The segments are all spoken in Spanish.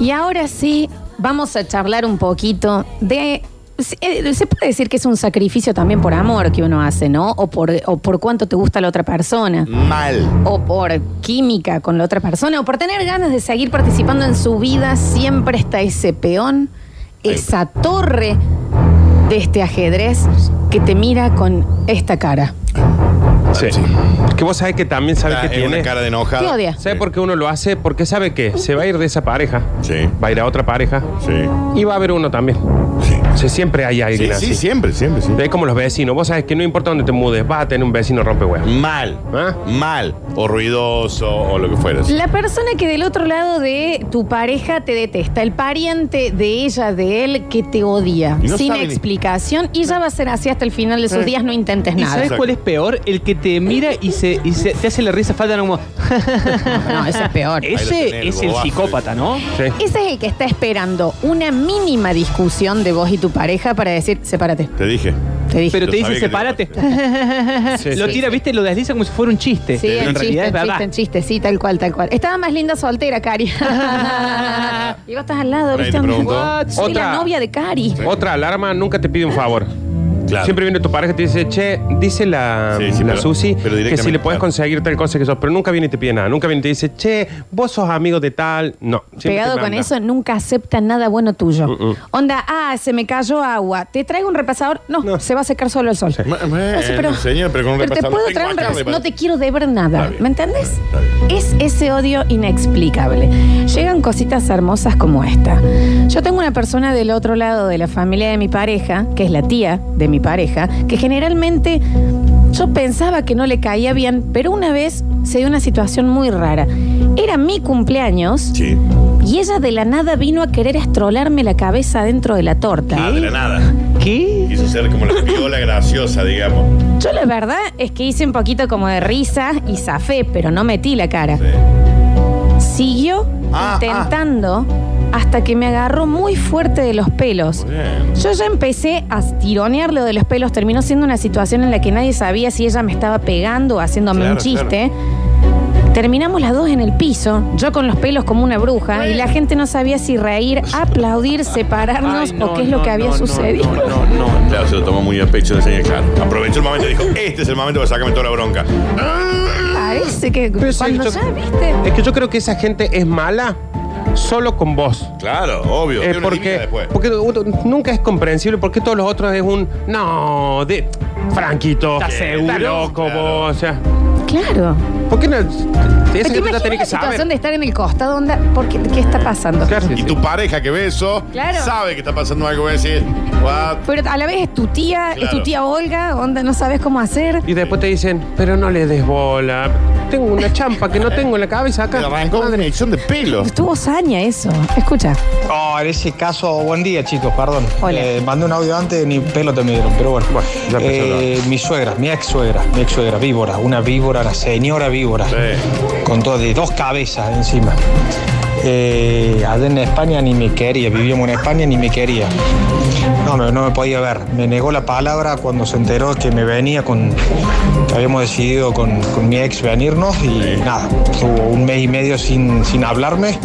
Y ahora sí, vamos a charlar un poquito de... se- eh, Se puede decir que es un sacrificio también por amor que uno hace, ¿no? O por, o por cuánto te gusta la otra persona. Mal. O por química con la otra persona. O por tener ganas de seguir participando en su vida. Siempre está ese peón, esa torre de este ajedrez que te mira con esta cara. Sí. Que vos sabés que también sabés Está que en Ah, una tiene. cara de enojada. Te odia. ¿Sabe por qué uno lo hace? Porque sabe que se va a ir de esa pareja. Sí. Va a ir a otra pareja. Sí. Y va a haber uno también. Sí. O sea, siempre hay alguien Sí, así. sí, siempre, siempre, sí. Es como los vecinos. Vos sabés que no importa dónde te mudes, vas a tener un vecino rompehuevos. Mal. ¿Ah? Mal. O ruidoso, o lo que fuera. La persona que del otro lado de tu pareja te detesta, el pariente de ella, de él, que te odia, Y no sin sabe ni- explicación, y ya va a ser así hasta el final de sus Eh. días, no intentes ¿Y nada. sabes Exacto. cuál es peor? El que te mira y se, y se- te hace la risa falta como. No, ese es peor. lo Ese tenés, es el bobazo. psicópata, ¿no? Sí. Ese es el que está esperando una mínima discusión de vos y tu pareja para decir, sepárate, Te dije. te dije. Pero Yo te sabía dice, que te sepárate. iba Sí, lo sí. tira, viste, lo desliza como si fuera un chiste. Sí, Pero el en chiste, realidad el es chiste, el verdad. chiste, sí, tal cual, tal cual. Estaba más linda soltera, Cari. y vos estás al lado, Nadie ¿viste? te preguntó. What? Soy Otra. la novia de Cari. Otra alarma nunca te pide un favor. Claro. Siempre viene tu pareja y te dice, che, dice la, Sí, sí, la pero- Susi pero que directamente, si le puedes claro. conseguir tal cosa que sos, pero nunca viene y te pide nada. Nunca viene y te dice, che, vos sos amigo de tal. No. siempre Pegado te con manda. eso, nunca acepta nada bueno tuyo. Mm, Onda, ah, se me cayó agua. ¿Te traigo un repasador? No, No. se va a secar solo el sol. Ma- ma- No sé, pero- señor, pero con un pero te repasador puedo tengo traer un acá, repas- me No parece. te quiero deber nada. Está bien, ¿Me entendés? está bien, está Es ese odio inexplicable. Llegan cositas hermosas como esta. Yo tengo una persona del otro lado de la familia de mi pareja, que es la tía de mi pareja, que generalmente yo pensaba que no le caía bien, pero una vez se dio una situación muy rara. Era mi cumpleaños. Sí. Y ella de la nada vino a querer estrolarme la cabeza dentro de la torta. Ah, de la nada. ¿Qué? Quiso ser como la piola graciosa, digamos. Yo la verdad es que hice un poquito como de risa y zafé, pero no metí la cara. Sí. Siguió Ah, intentando hasta que me agarró muy fuerte de los pelos. Muy bien. Yo ya empecé a tironearlo de los pelos. Terminó siendo una situación en la que nadie sabía si ella me estaba pegando o haciéndome un Claro, chiste. Terminamos las dos en el piso, yo con los pelos como una bruja, y la gente no sabía si reír, aplaudir, separarnos Ay, no, o qué es lo no, que había no, no, sucedido. No, no, claro, se lo tomó muy a pecho el señor Claro. Aprovechó el momento y dijo, este es el momento para sacarme toda la bronca. Parece que Pero sí, cuando yo- ya Pues, viste. Es que yo creo que esa gente es mala solo con vos. Claro, obvio. Eh, tiene una límite porque después. porque uno- nunca es comprensible porque todos los otros es un no de Franquito. ¿Estás seguro? Está loco Claro. vos. O sea, Claro. ¿por qué no? Pero Esa te gente ya imaginas tenés la que situación saber. de estar en el costado, onda, ¿por qué, qué está pasando? Claro. Y tu pareja que ve eso Claro. sabe que está pasando algo y va a decir, what? Pero a la vez es tu tía, es tu Claro. tía Olga, onda, no sabes cómo hacer. Y después te dicen, pero no le des bola. Tengo una champa que no tengo en la cabeza Te acá. arrancó una inyección de pelo. Estuvo saña eso. Escucha. No, Oh, en ese caso, buen día chicos, perdón. Hola. Eh, mandé un audio antes, ni pelo te me dieron, pero bueno. ya empezó el Eh, mi suegra, mi ex suegra, mi ex suegra, víbora, una víbora, la señora víbora, Sí. con todo de dos cabezas encima. Eh, allá en España ni me quería, vivíamos en España ni me quería. No, me- no me podía ver. Me negó la palabra cuando se enteró que me venía con. que habíamos decidido con, con mi ex venirnos y nada. Estuvo un mes y medio sin, sin hablarme.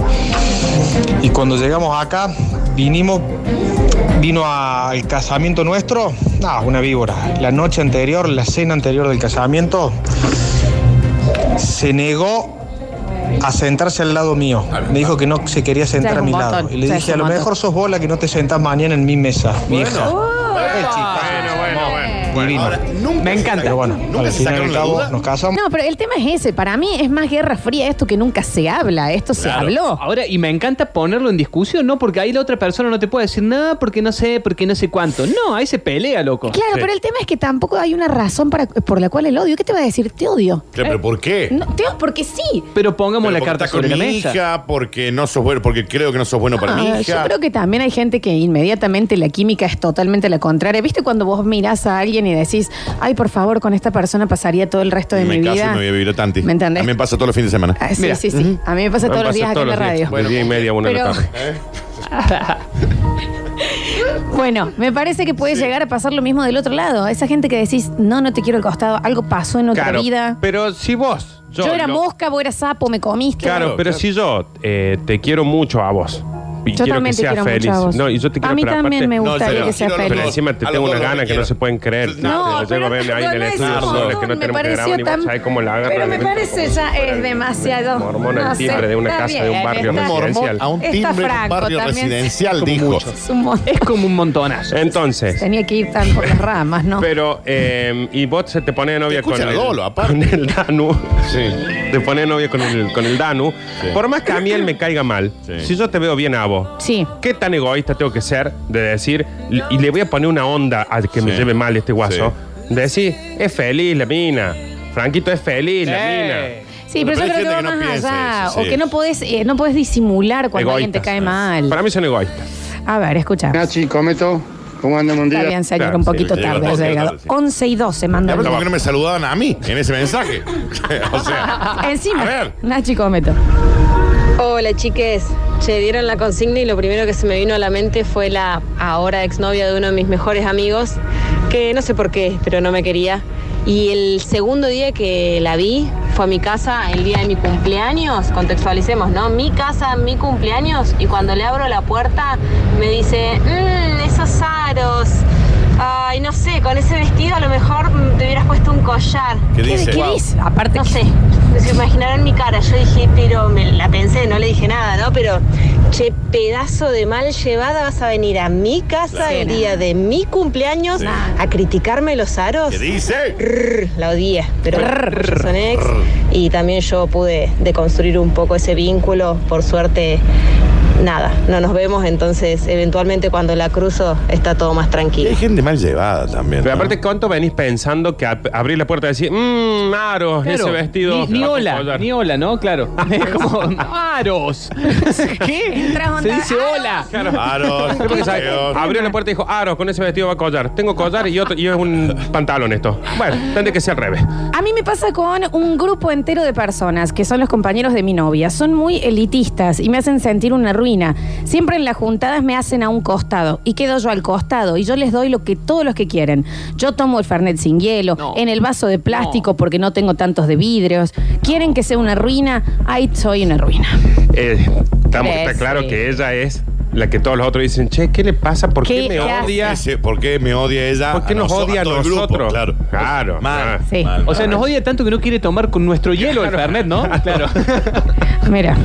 Y cuando llegamos acá, vinimos, vino a- al casamiento nuestro, nada, una víbora. La noche anterior, la cena anterior del casamiento, se negó a sentarse al lado mío. Me dijo que no se quería sentar Ya es a mi un lado. montón, Y le ya es dije, a un lo montón. mejor sos bola que no te sentás mañana en mi mesa, mi hija. Eh, chica, Bueno, bueno, bueno. Divino. Ahora, nunca Me se encanta. Pero sacaron- bueno, nunca al se final y sacaron al la cabo duda. nos casamos. No, pero el tema es ese. Para mí es más guerra fría esto que nunca se habla. Esto se Claro. habló. Ahora, y me encanta ponerlo en discusión, ¿no? Porque ahí la otra persona no te puede decir nada porque no sé, porque no sé cuánto. No, ahí se pelea, loco. Claro, Sí. pero el tema es que tampoco hay una razón para, por la cual el odio. ¿Qué te va a decir? Te odio. Claro, pero ¿por qué? No, te odio porque sí. Pero pongamos Pero la porque carta estás con sobre la mi mesa. hija, porque no sos bueno, porque creo que no sos bueno para mi Ah, Yo hija. creo que también hay gente que inmediatamente la química es totalmente la contraria. ¿Viste cuando vos mirás a alguien y decís, ay, por favor, con esta persona pasaría todo el resto de me mi caso vida? y me voy a vivir a Tanti. ¿Me entendés? A mí me pasa todos los fines de semana. Ah, sí, Mira. sí, sí. A mí me pasa todos los días acá en la radio. Bueno, día y media, una de la Pero- tarde. Bueno, me parece que puede llegar a pasar lo mismo del otro lado. Esa gente que decís, no, no te quiero al costado, algo pasó en otra Claro, vida. pero si vos... Yo, era lo- mosca, vos eras sapo, me comiste. Claro, Claro, pero claro. si yo eh, te quiero mucho a vos Y Yo también te quiero mucho a vos. No, y yo te A quiero mí pero también aparte- me gusta. gustaría señor. que sea Quiero a los feliz. Pero dos. encima te A los tengo dos unas los ganas que quiero. no se pueden creer. No, Te lo llego a ver pero ahí en el no es estudio eso, solo, que me no tenemos que grabar ni pareció vos tan- sabés cómo la agarran. Pero me Como parece si ya fuera es demasiado. como hormona No al sé, timbre de una está casa de un bien, barrio está- residencial. a un Está timbre en un Franco barrio también. residencial, dijo. Es un mon- Es como un montonazo. Entonces, Tenía que ir tan por las ramas, ¿no? pero, eh, y vos se te pone de novia con escucha el, el dolo, aparte. con el Danu. Sí. Te pone de novia con el, con el Danu. Sí. Por más que a mí él me caiga mal, Sí. si yo te veo bien a vos, Sí. ¿Qué tan egoísta tengo que ser de decir, y le voy a poner una onda al que me Sí. lleve mal este guaso? De decir, es feliz la mina. Franquito es feliz la Eh. mina. Sí, Pero pero, yo hay creo que va gente que no más piensa allá. eso, O sí. que no podés, eh, no podés disimular cuando alguien te Egoístas. cae mal. Para mí son egoístas. A ver, escucha. Nachi, Cometo, ¿cómo andan? Buen Está día. bien, señor, Claro, un poquito sí, tarde. llegó ha tarde, llegado. sí. 11 y 12, manda. Y aparte, ¿por qué no me saludaban a mí en ese mensaje? o sea, Encima, A ver. Nachi Cometo. Hola chiques, se dieron la consigna y lo primero que se me vino a la mente fue la ahora exnovia de uno de mis mejores amigos, que no sé por qué, pero no me quería. Y el segundo día que la vi fue a mi casa, el día de mi cumpleaños, contextualicemos, ¿no? Mi casa, mi cumpleaños, y cuando le abro la puerta me dice, mmm, esos aros, ay, no sé, con ese vestido a lo mejor mm, te hubieras puesto un collar. ¿qué ¿Qué, dice? qué dice? Aparte, No sé, se imaginaron mi cara. Yo dije, pero me la pensé, no le dije nada, ¿no? Pero, che, pedazo de mal llevada, vas a venir a mi casa Sí, el no. día de mi cumpleaños Sí. a criticarme los aros. ¿Qué dice? Rrr, La odié, pero como yo son ex y también yo pude deconstruir un poco ese vínculo. Por suerte, nada, no nos vemos, entonces eventualmente cuando la cruzo está todo más Y tranquilo. hay gente mal llevada también. Pero ¿no? aparte, ¿cuánto venís pensando que ab- abrir la puerta y decir, mmm, aros, Claro, ese vestido? Ni, ni va con hola, collar"? ni hola, ¿no? Claro. Es como aros. ¿Qué? Entra onda, Se dice "Aros". hola. Claro, Pero porque, ¿sabes? Abrió la puerta y dijo, aros, con ese vestido va a collar. Tengo collar y, otro, y es un pantalón esto. Bueno, tendré que ser al revés. A mí me pasa con un grupo entero de personas que son los compañeros de mi novia. Son muy elitistas y me hacen sentir una ruina. Siempre en las juntadas me hacen a un costado y quedo yo al costado y yo les doy lo que todos los que quieren. Yo tomo el fernet sin hielo, No. en el vaso de plástico porque no tengo tantos de vidrios. Quieren que sea una ruina, ahí soy una ruina. Eh, estamos, Eh, está claro sí. que ella es la que todos los otros dicen, che, ¿qué le pasa? ¿Por qué, ¿Qué- me qué odia? Ese, ¿Por qué me odia ella? ¿Por qué nos noso- odia a todo el nosotros? grupo? Claro. Claro, Mal. claro. Sí. mal, O sea, mal. nos odia tanto que no quiere tomar con nuestro hielo el Fernet, ¿no? Claro. Mira,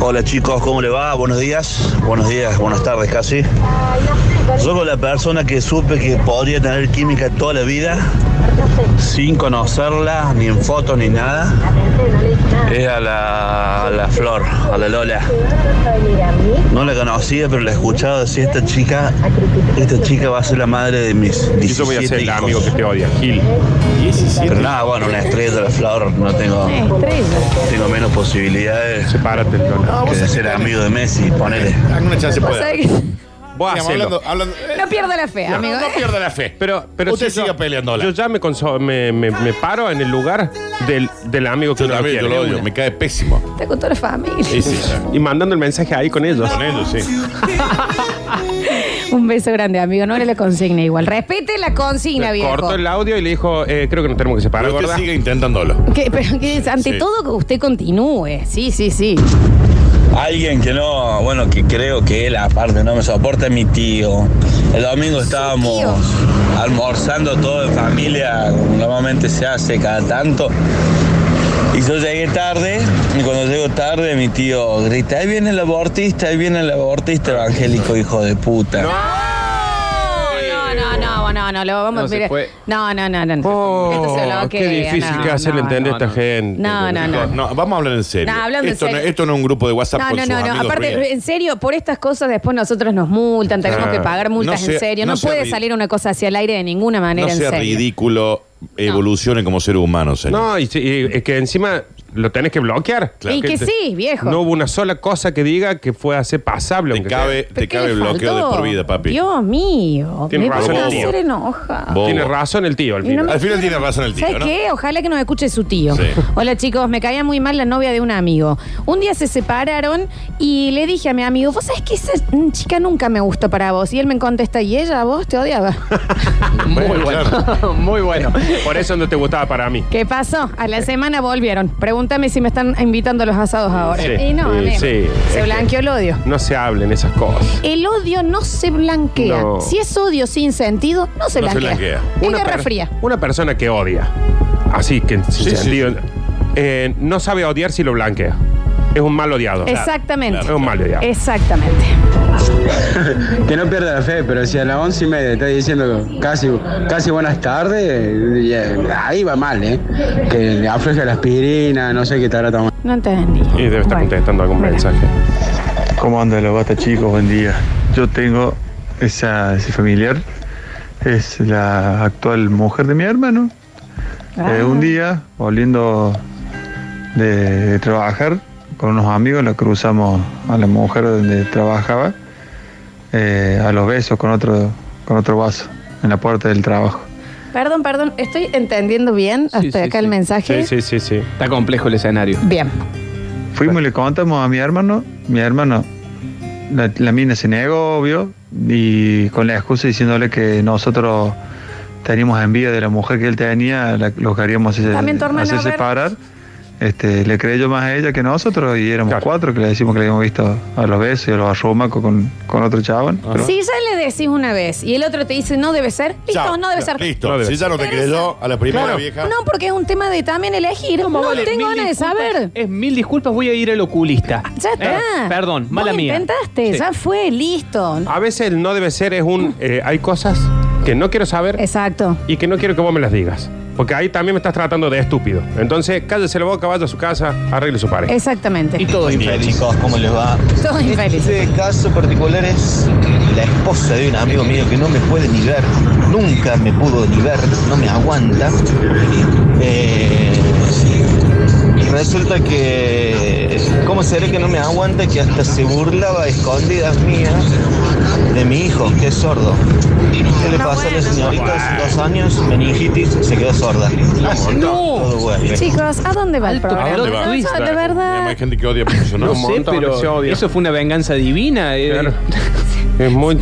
Hola chicos, ¿cómo le va? Buenos días, buenos días, buenas tardes casi. Yo con la persona que supe que podría tener química toda la vida, sin conocerla, ni en foto ni nada, es a la, a la Flor, a la Lola. No la conocía, pero la he escuchado decir, esta chica, esta chica va a ser la madre de mis Y yo voy a ser 17 el hijos. amigo que te odia, Gil. Pero nada, bueno, una estrella de la Flor, no tengo, eh, estrella. tengo menos posibilidades Sepárate, Lola. que de ser amigo de Messi, ponele. Alguna chance O puede. sea haber. que- Vos Digamos, hacelo. hablando- hablando- eh, no pierda la fe, no, amigo. ¿eh? no pierda la fe. Pero, pero Usted si yo- siga peleándola. Yo ya me, conso- me, me- me paro en el lugar del, del amigo que Yo uno no también, yo quiere. lo odio, me cae pésimo. Está con toda la familia. Sí, sí. Y mandando el mensaje ahí con ellos. Con ellos, sí. Un beso grande, amigo. No le la consigna igual. Respete la consigna, Le viejo. Cortó el audio y le dijo, eh, creo que nos tenemos que separar, Pero usted ¿verdad? siga intentándolo. Que- pero que es, ante Sí. todo que usted continúe. Sí, sí, sí. Alguien que no, bueno, que creo que él aparte no me soporta es mi tío. El domingo estábamos tío. almorzando todo en familia, como normalmente se hace cada tanto. Y yo llegué tarde, y cuando llego tarde mi tío grita, ahí viene el abortista, ahí viene el abortista evangélico, hijo de puta. No, no, no, no, no, lo vamos No, a se mira. fue. No, no, no, no. Oh, Esto se lo qué bloquea, difícil no, que hacen no, entender no, esta no. gente. No, no, no. No, no, vamos a hablar en serio. No, hablando en esto, serio. No, esto no es un grupo de WhatsApp No, con no, sus no, no. amigos Aparte, ríen. en serio, por estas cosas después nosotros nos multan, tenemos Ah, que pagar multas no sea- en serio. No, no sea puede ri- salir una cosa hacia el aire de ninguna manera no en sea serio. ridículo, evolucione como ser humano, señor. No, y, si- y- y que encima lo tenés que bloquear. Y que te- sí, viejo. No hubo una sola cosa que diga que fue hacer pasable. te aunque cabe, ¿Pero te qué cabe le bloqueo de faltó? por vida, papi. Dios mío. Tiene me razón van a el tío. hacer enoja. sea. Bobo. Tiene razón el tío al Y no final. me Al final tiene razón el tío, ¿Sabes ¿no? qué? Ojalá que nos escuche su tío. Sí. Hola chicos, me caía muy mal la novia de un amigo. Un día se separaron y le dije a mi amigo, vos sabés que esa mm, chica nunca me gustó para vos. Y él me contesta, ¿y ella a vos te odiaba? Muy Bueno, bueno. Muy bueno. Por eso no te gustaba para mí. ¿Qué pasó? A la semana volvieron. pregúntame si me están invitando a los asados ahora. Sí, y no, sí, amigo. sí. Es se que- blanqueó el odio. No se hablen esas cosas. El odio no se blanquea. No. Si es odio sin sentido, no se No se blanquea. blanquea. Es Una guerra per- fría. Una persona que odia, así que sin Sí, sí, sentido, sí. eh, no sabe odiar si lo blanquea. Es un mal odiado. Exactamente. Es un mal odiado. Exactamente. Que no pierda la fe, pero si a las once y media está diciendo casi, casi buenas tardes, y, eh, ahí va mal, ¿eh? Que le afloja la aspirina, no sé qué estará tomando. No entendí. Y debe estar Bueno. contestando algún Bueno. mensaje. ¿Cómo anda la bata, chicos? Buen día. Yo tengo esa, ese familiar, es la actual mujer de mi hermano. Ah. Eh, un día, volviendo de trabajar con unos amigos, la cruzamos a la mujer donde trabajaba, eh, a los besos con otro, con otro vaso, en la puerta del trabajo. Perdón, perdón. ¿Estoy entendiendo bien hasta sí, acá el sí. mensaje? Sí, sí, sí, sí. Está complejo el escenario. Bien. Fuimos y le contamos a mi hermano, mi hermano, la, la mina se negó, obvio, y con la excusa diciéndole que nosotros teníamos envidia de la mujer que él tenía, la- lo queríamos hacer, También tu hermano, hacer a ver. separar. Este, le creyó más a ella que nosotros y éramos Claro. cuatro que le decimos que le habíamos visto a los besos y a los arrumacos con, con otro chabón. Ah. Pero- Si ya le decís una vez y el otro te dice no debe ser, listo, Chao. no debe Ya, ser. Listo. No debe si ya no te Teresa. creyó a la primera Claro. vieja. No, porque es un tema de también elegir. No, vale, mil tengo ganas de disculpas. saber. Es mil disculpas, voy a ir al oculista. Ya está. Eh, Perdón, Vos mala mía. Intentaste, Sí. ya fue, listo. A veces el no debe ser es un. eh, hay cosas que no quiero saber Exacto. y que no quiero que vos me las digas. Porque ahí también me estás tratando de estúpido. Entonces, cállese la boca, vaya a su casa, arregle su pareja. Exactamente. Y todo Hola, infeliz. chicos, ¿cómo les va? Todo infeliz. Este caso particular es la esposa de un amigo mío que no me puede ni ver, nunca me pudo ni ver, no me aguanta. Eh, y resulta que, ¿cómo será que no me aguanta? Que hasta se burlaba a escondidas mías de mi hijo, que es sordo. ¿Qué le pasó a la señorita hace dos años? Meningitis, se quedó sorda. Todo vuelve. Chicos, ¿a dónde va el Alto programa? ¿A dónde va? No, no, de Además, verdad. Hay gente que odia profesional. No Un sé, montón que se pero odia. eso fue una venganza divina. eh. Claro. Es muy.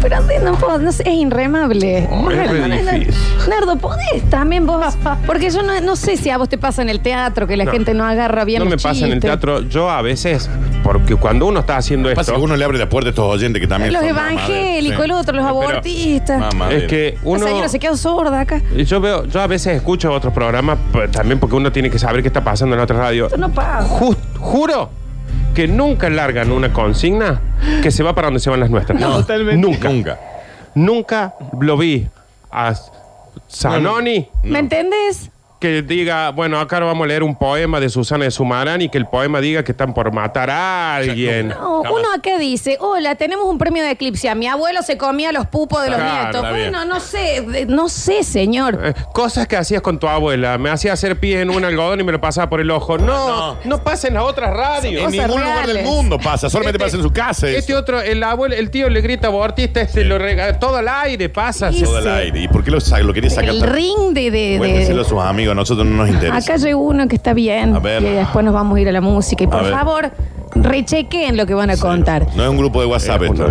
Pero Andy, no puedo, no sé, es inremable. Ay, es Nardo, re Nardo, difícil. Nardo, ¿podés también vos? Porque yo no, no sé si a vos te pasa en el teatro que la No. gente no agarra bien No me los pasa en el chistes. teatro. Yo a veces, porque cuando uno está haciendo Pasa que esto, uno le abre la puerta a estos oyentes que también. Los son mamadera, evangélicos, sí. el otro, los Pero- abortistas. Mamadera. es que uno. La señora se quedó sorda acá. Yo veo, yo a veces escucho otros programas p- también porque uno tiene que saber qué está pasando en otras radios. Esto no pasa. Ju- juro que nunca largan una consigna que se va para donde se van las nuestras. totalmente. Nunca. Nunca. Nunca lo vi a Zanoni ¿Me entendés? que diga, bueno, acá ahora vamos a leer un poema de Susana de Sumarán y que el poema diga que están por matar a alguien. No, uno acá dice, hola, tenemos un premio de eclipse. A mi abuelo se comía los pupos de los Claro, nietos. está bien. Bueno, no sé, de- no sé, señor. Eh, Cosas que hacías con tu abuela. Me hacía hacer pies en un algodón y me lo pasaba por el ojo. No, no, No. pasa en las otras En radios. Cosas ningún lugar reales. del mundo pasa, solamente Este- pasa en su casa. eso. Este otro, el abuelo, el tío le grita abortista, este lo rega- todo al aire pasa. Y- Todo al aire. ¿Y por qué lo, sa- lo quería sacar? El tan- ring de... de- Eh, Bueno, de- díselo a sus amigos, a nosotros no nos interesa. Acá llegó uno que está bien. A ver. Y después nos vamos a ir a la música. Y por ver. favor, rechequen lo que van a contar. No es un grupo de WhatsApp esto.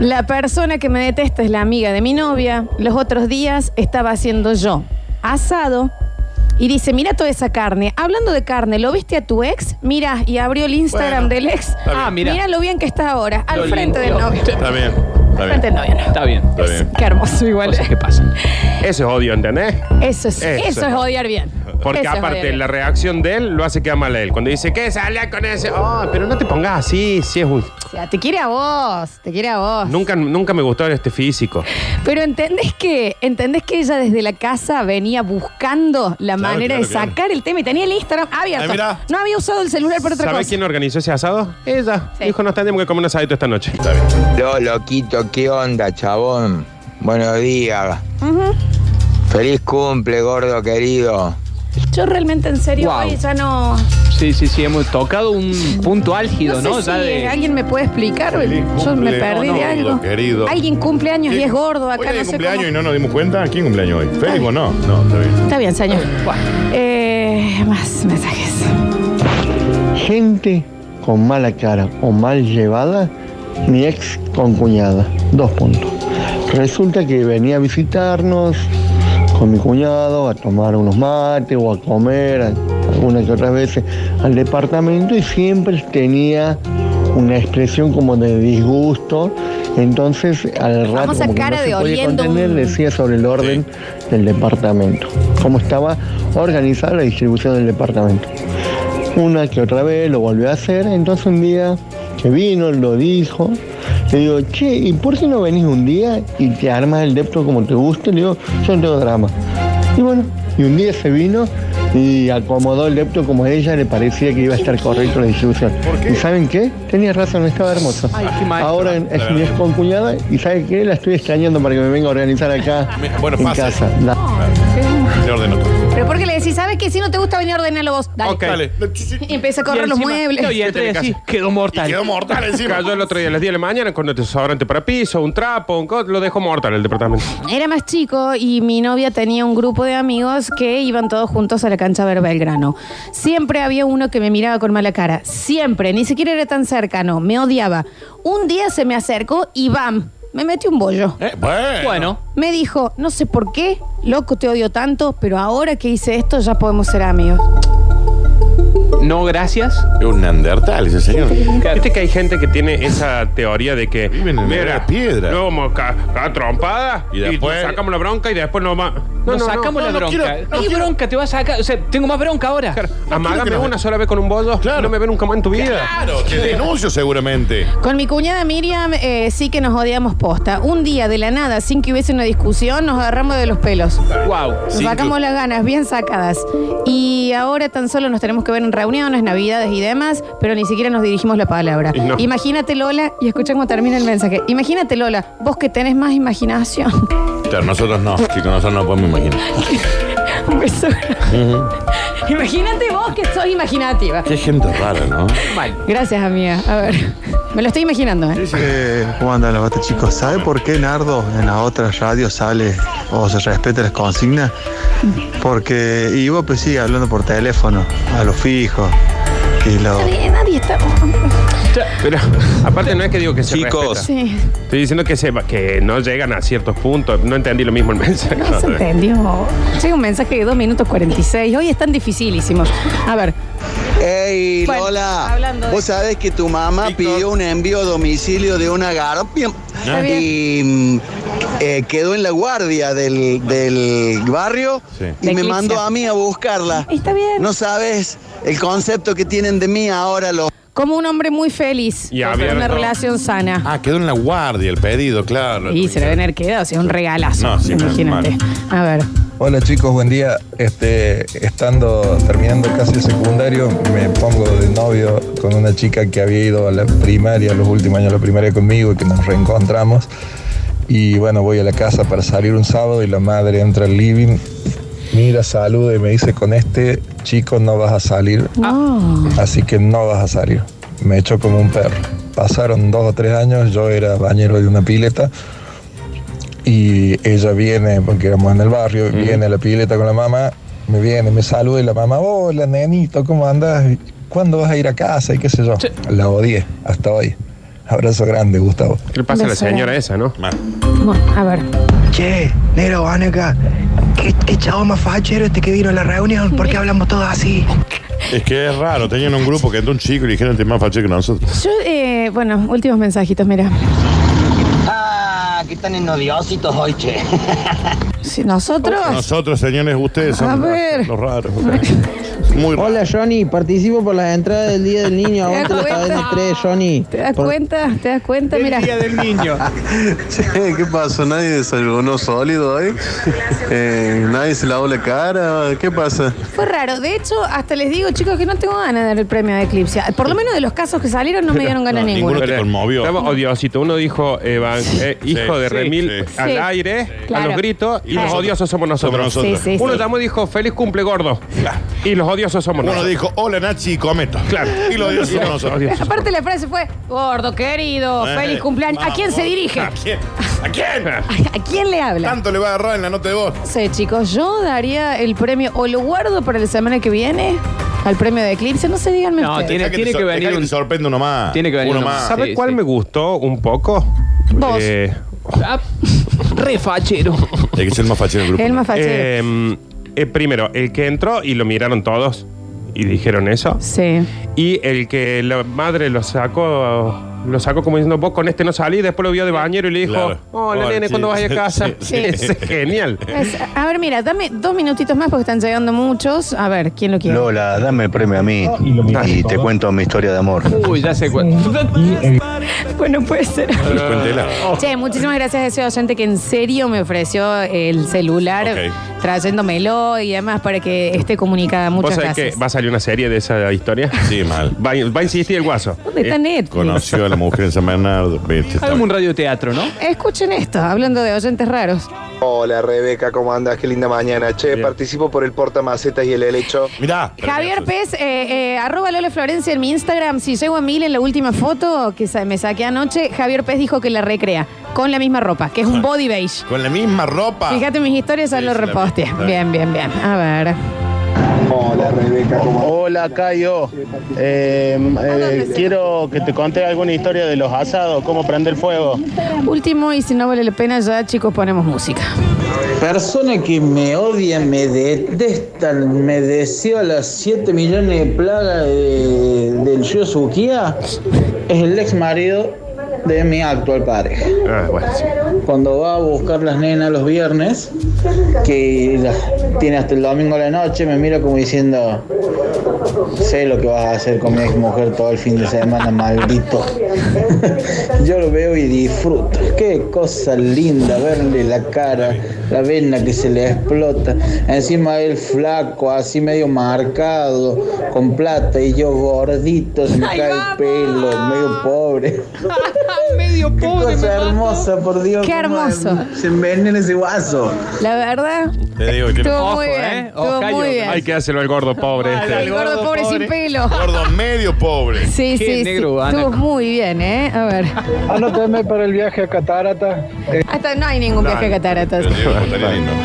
La persona que me detesta es la amiga de mi novia. Los otros días estaba haciendo yo asado y dice, mira toda esa carne. Hablando de carne, ¿lo viste a tu ex? Mira, y abrió el Instagram Bueno, del ex. bien. Ah, mira. Mira lo bien que está ahora, al Lo frente del limpio. novio. Está bien. Está Al bien. frente del novio, no. Está bien. Está bien. Qué hermoso igual. ¿eh? Cosas que pasan. Eso es odio, ¿entendés? Eso es, Eso. eso es odiar bien. Porque Eso es aparte odiar bien. la reacción de él lo hace quedar mal a él. Cuando dice, ¿qué sale con ese? Oh, pero no te pongas así, si es un... O sea, te quiere a vos, te quiere a vos. Nunca, nunca me gustó este físico. Pero entendés que, entendés que ella desde la casa venía buscando la manera claro, de claro. sacar el tema y tenía el Instagram abierto. Ay, mirá. no había usado el celular por otra ¿Sabes cosa. quién organizó ese asado? Ella. Sí. Dijo, nos tenemos que comer un asadito esta noche. Yo, loquito, ¿qué onda, chabón? Buenos días. Feliz cumple, gordo querido. Yo realmente en serio Wow. hoy ya no. Sí, sí, sí, hemos tocado un punto álgido, No, ¿no? sé si Ya de- alguien me puede explicar. Feliz Yo me cumple, perdí no, de no, algo. lo querido. Alguien cumple años y es gordo Hoy acá, es no el sé cumpleaños cómo. y no nos dimos cuenta. ¿Quién cumpleaños hoy? ¿Feliz o no? No, está bien. Está bien, señor. Eh, más mensajes. Gente con mala cara o mal llevada, mi ex con cuñada. Dos puntos. Resulta que venía a visitarnos con mi cuñado a tomar unos mates o a comer, a, una que otras veces al departamento y siempre tenía una expresión como de disgusto. Entonces, al rato, Vamos a como que cara no de se podía oliendo contener, un- decía sobre el orden del departamento, cómo estaba organizada la distribución del departamento. Una que otra vez lo volvió a hacer, entonces un día que vino, lo dijo, le digo, che, ¿y por qué no venís un día y te armas el depto como te guste? Le digo, yo no tengo drama. Y bueno, y un día se vino y acomodó el depto como a ella le parecía que iba a estar correcto la distribución. ¿Y saben qué? Tenía razón, estaba hermoso. Ahora es mi ex concuñada y ¿saben qué? La estoy extrañando para que me venga a organizar acá en casa. La- Le ordeno todo. Pero porque le decís, ¿sabes qué? Si no te gusta venir, ordenalo vos. Dale. Dale. Y empieza a correr los muebles. quedó mortal. quedó mortal encima. Cayó el otro día a las 10 de la mañana con un desodorante para piso, un trapo, un co- lo dejó mortal el departamento. Era más chico y mi novia tenía un grupo de amigos que iban todos juntos a la cancha a ver Belgrano. Siempre había uno que me miraba con mala cara. Siempre. Ni siquiera era tan cercano. Me odiaba. Un día se me acercó y ¡bam! Me metió un bollo. Eh, bueno. Me dijo, no sé por qué, loco, te odio tanto, pero ahora que hice esto ya podemos ser amigos. No, gracias. Es un neandertal ese señor. Viste que hay gente que tiene esa teoría de que. Viven en la edad de la piedra. Luego mo- ca, ca- trompada y después. sacamos la bronca y después no más. Nos sacamos la bronca. ¿Qué bronca te vas a sacar? O sea, tengo más bronca ahora. Amárame quiero que no- una sola vez con un bollo. No me ven nunca más en tu vida. Claro, te denuncio seguramente. Con mi cuñada Miriam eh, sí que nos odiamos posta. Un día de la nada, sin que hubiese una discusión, nos agarramos de los pelos. Wow. Nos sacamos las ganas, bien sacadas. Y ahora tan solo nos tenemos que ver en reuniones, navidades y demás, pero ni siquiera nos dirigimos la palabra. Y no. Imagínate Lola, y escucha cómo termina el mensaje. Imagínate Lola, vos que tenés más imaginación. Claro, nosotros no, chicos, nosotros no podemos imaginar. Un beso. Imagínate vos que soy imaginativa. Qué gente rara, ¿no? Gracias, amiga. A ver, me lo estoy imaginando, ¿eh? Eh, ¿Cómo andan los basta chicos? ¿Sabe por qué Nardo en las otras radios sale o se respeta las consignas? Porque Ivo pues sigue hablando por teléfono, a los fijos. Y lo, Nadie, nadie está. Pero aparte no es que digo que se Chicos. respeta. Sí. Estoy diciendo que, se, va- que no llegan a ciertos puntos. No entendí lo mismo el mensaje. No se entendió. Llega un mensaje de 2 minutos 46. Hoy están dificilísimos. A ver. Ey, Bueno, Lola, hablando de- vos sabés que tu mamá pidió un envío a domicilio de una garpia Está bien. y mm, eh, quedó en la guardia del, del barrio y Sí. De me Eclipse. mandó a mí a buscarla. Está bien. No sabes el concepto que tienen de mí ahora los... Como un hombre muy feliz. Y Con una abierto. relación sana. Ah, quedó en la guardia el pedido, claro. Y se le deben haber quedado, o sea, un regalazo. No, sí, pero imagínate. A ver. Hola chicos, buen día. Este, estando terminando casi el secundario, me pongo de novio con una chica que había ido a la primaria, los últimos años de la primaria conmigo, y que nos reencontramos. Y bueno, voy a la casa para salir un sábado y la madre entra al living, mira, saluda y me dice, con este chico no vas a salir, Ah. así que no vas a salir. Me echó como un perro. Pasaron dos o tres años, yo era bañero de una pileta y ella viene, porque éramos en el barrio, viene a la pileta con la mamá, me viene, me saluda y la mamá, hola nenito, ¿cómo andas? ¿Cuándo vas a ir a casa? Y qué sé yo. La odié hasta hoy. Abrazo grande, Gustavo. ¿Qué le pasa a la señora esa, no? Bueno, a ver. Che, Nero, Vaneca, ¿qué, qué chavo más fachero este que vino a la reunión? ¿Por qué hablamos todos así? Es que es raro, tenían un grupo que entró un chico y le dijeron, te más faché que nosotros. Yo, eh, bueno, últimos mensajitos, mira. Ah, que están en odiositos hoy, che. Si nosotros. Nosotros, señores, ustedes A son ver. los raros. Muy Hola Johnny, participo por las entradas del Día del Niño. ¿A ¿Te vos te la das sabés cuenta? de tres, Johnny? ¿Te das Por- cuenta? ¿Te das cuenta? Mira. Che, ¿qué pasó? ¿Nadie desayunó sólido hoy? Eh, ¿Nadie se lavó la cara? ¿Qué pasa? Fue raro. De hecho, hasta les digo, chicos, que no tengo ganas de dar el premio de Eclipse. Por lo menos de los casos que salieron no me dieron ganas ninguno. Pero Estamos odiositos. Uno dijo, Evan, eh, hijo Sí, de sí, Remil, sí. al Sí. aire, a Claro. los gritos, y los Claro. odiosos somos nosotros. Somos nosotros. Sí, sí, Uno sí. llamó y dijo, feliz cumple gordo. Y los odiosos somos Uno nosotros. dijo, hola Nachi y Cometo. Claro. Y los odiosos somos nosotros. Aparte la frase fue, gordo, querido, Eh, feliz cumpleaños. ¿A vamos. quién se dirige? ¿A quién? ¿A quién? Ah, ¿A quién le habla? Tanto le va a agarrar en la nota de voz. No sé, chicos, yo daría el premio o lo guardo para la semana que viene al premio de Eclipse. No sé, díganme ustedes. Dejá te sor- dejá te sorprende uno más. Tiene que venir uno uno más. más. ¿Sabe cuál me gustó un poco? Vos. Eh, Ah, Re fachero. Hay que ser más fachero del grupo. em, El más fachero. Eh, eh, primero, el que entró y lo miraron todos. y dijeron eso. Sí. Y el que la madre lo sacó, lo sacó como diciendo, vos con este no salís, después lo vio de bañero y le dijo, Claro. hola Oh, nene, sí, cuando vayas a sí, casa. sí, Ese es genial. Es- a ver, mira, dame dos minutitos más porque están llegando muchos. A ver, ¿quién lo quiere? Lola, dame el premio a mí Oh. y te cuento mi historia de amor. Uy, ya sé cuál. Bueno, puede ser. Pero cuéntela. Oh. Che, muchísimas gracias a ese docente que en serio me ofreció el celular trayéndomelo y demás para que esté comunicada. ¿Vos Muchas sabés gracias. que va a salir una serie de esa historia? Sí, mal. Va, va a insistir el guaso. Eh, ¿Dónde está Netflix? Conoció a la mujer en San Bernardo. Vete, está Hagamos un radioteatro, ¿no? Escuchen esto, hablando de oyentes raros. Hola Rebeca, ¿cómo andas? Qué linda mañana. Che, participo por el portamacetas y el helecho. Mirá. Javier Pérez, eh, eh, arroba Lola Florencia en mi Instagram. Si llego a mil en la última foto que sa- me saqué anoche, Javier Pérez dijo que la recrea con la misma ropa, que es un body beige. Con la misma ropa. Ah. Fíjate mis historias, ya lo repostea. misma, Bien, bien, bien. A ver. Hola, Rebeca. Hola, Cayo. Em, Eh, eh, quiero que te conté alguna historia de los asados, cómo prender el fuego. Último, y si no vale la pena, ya chicos ponemos música. Persona que me odia, me detestan, me deseo las 7 millones de plagas de- del Yosukia, es el ex marido de mi actual pareja. ah, Cuando va a buscar las nenas los viernes, que las tiene hasta el domingo a la noche, me mira como diciendo, sé lo que vas a hacer con mi ex mujer todo el fin de semana, maldito. Yo lo veo y disfruto. Qué cosa linda verle la cara, la vena que se le explota. Encima él flaco, así medio marcado, con plata y yo gordito, se me ¡Ay, cae el pelo, medio pobre. Medio Qué cosa hermosa, por Dios. Qué cómo hermoso. Se envenena ese guaso. La verdad, Te digo, que estuvo muy bien. Estuvo muy bien. Hay eh. que hacerlo al gordo pobre. este. El gordo pobre, sin pelo. Gordo medio pobre. Sí, sí, sí. Estuvo muy bien, ¿eh? A ver. Anótame para el viaje a Catarata. Hasta no hay ningún No, viaje a cataratas. Pero digo, estaría lindo.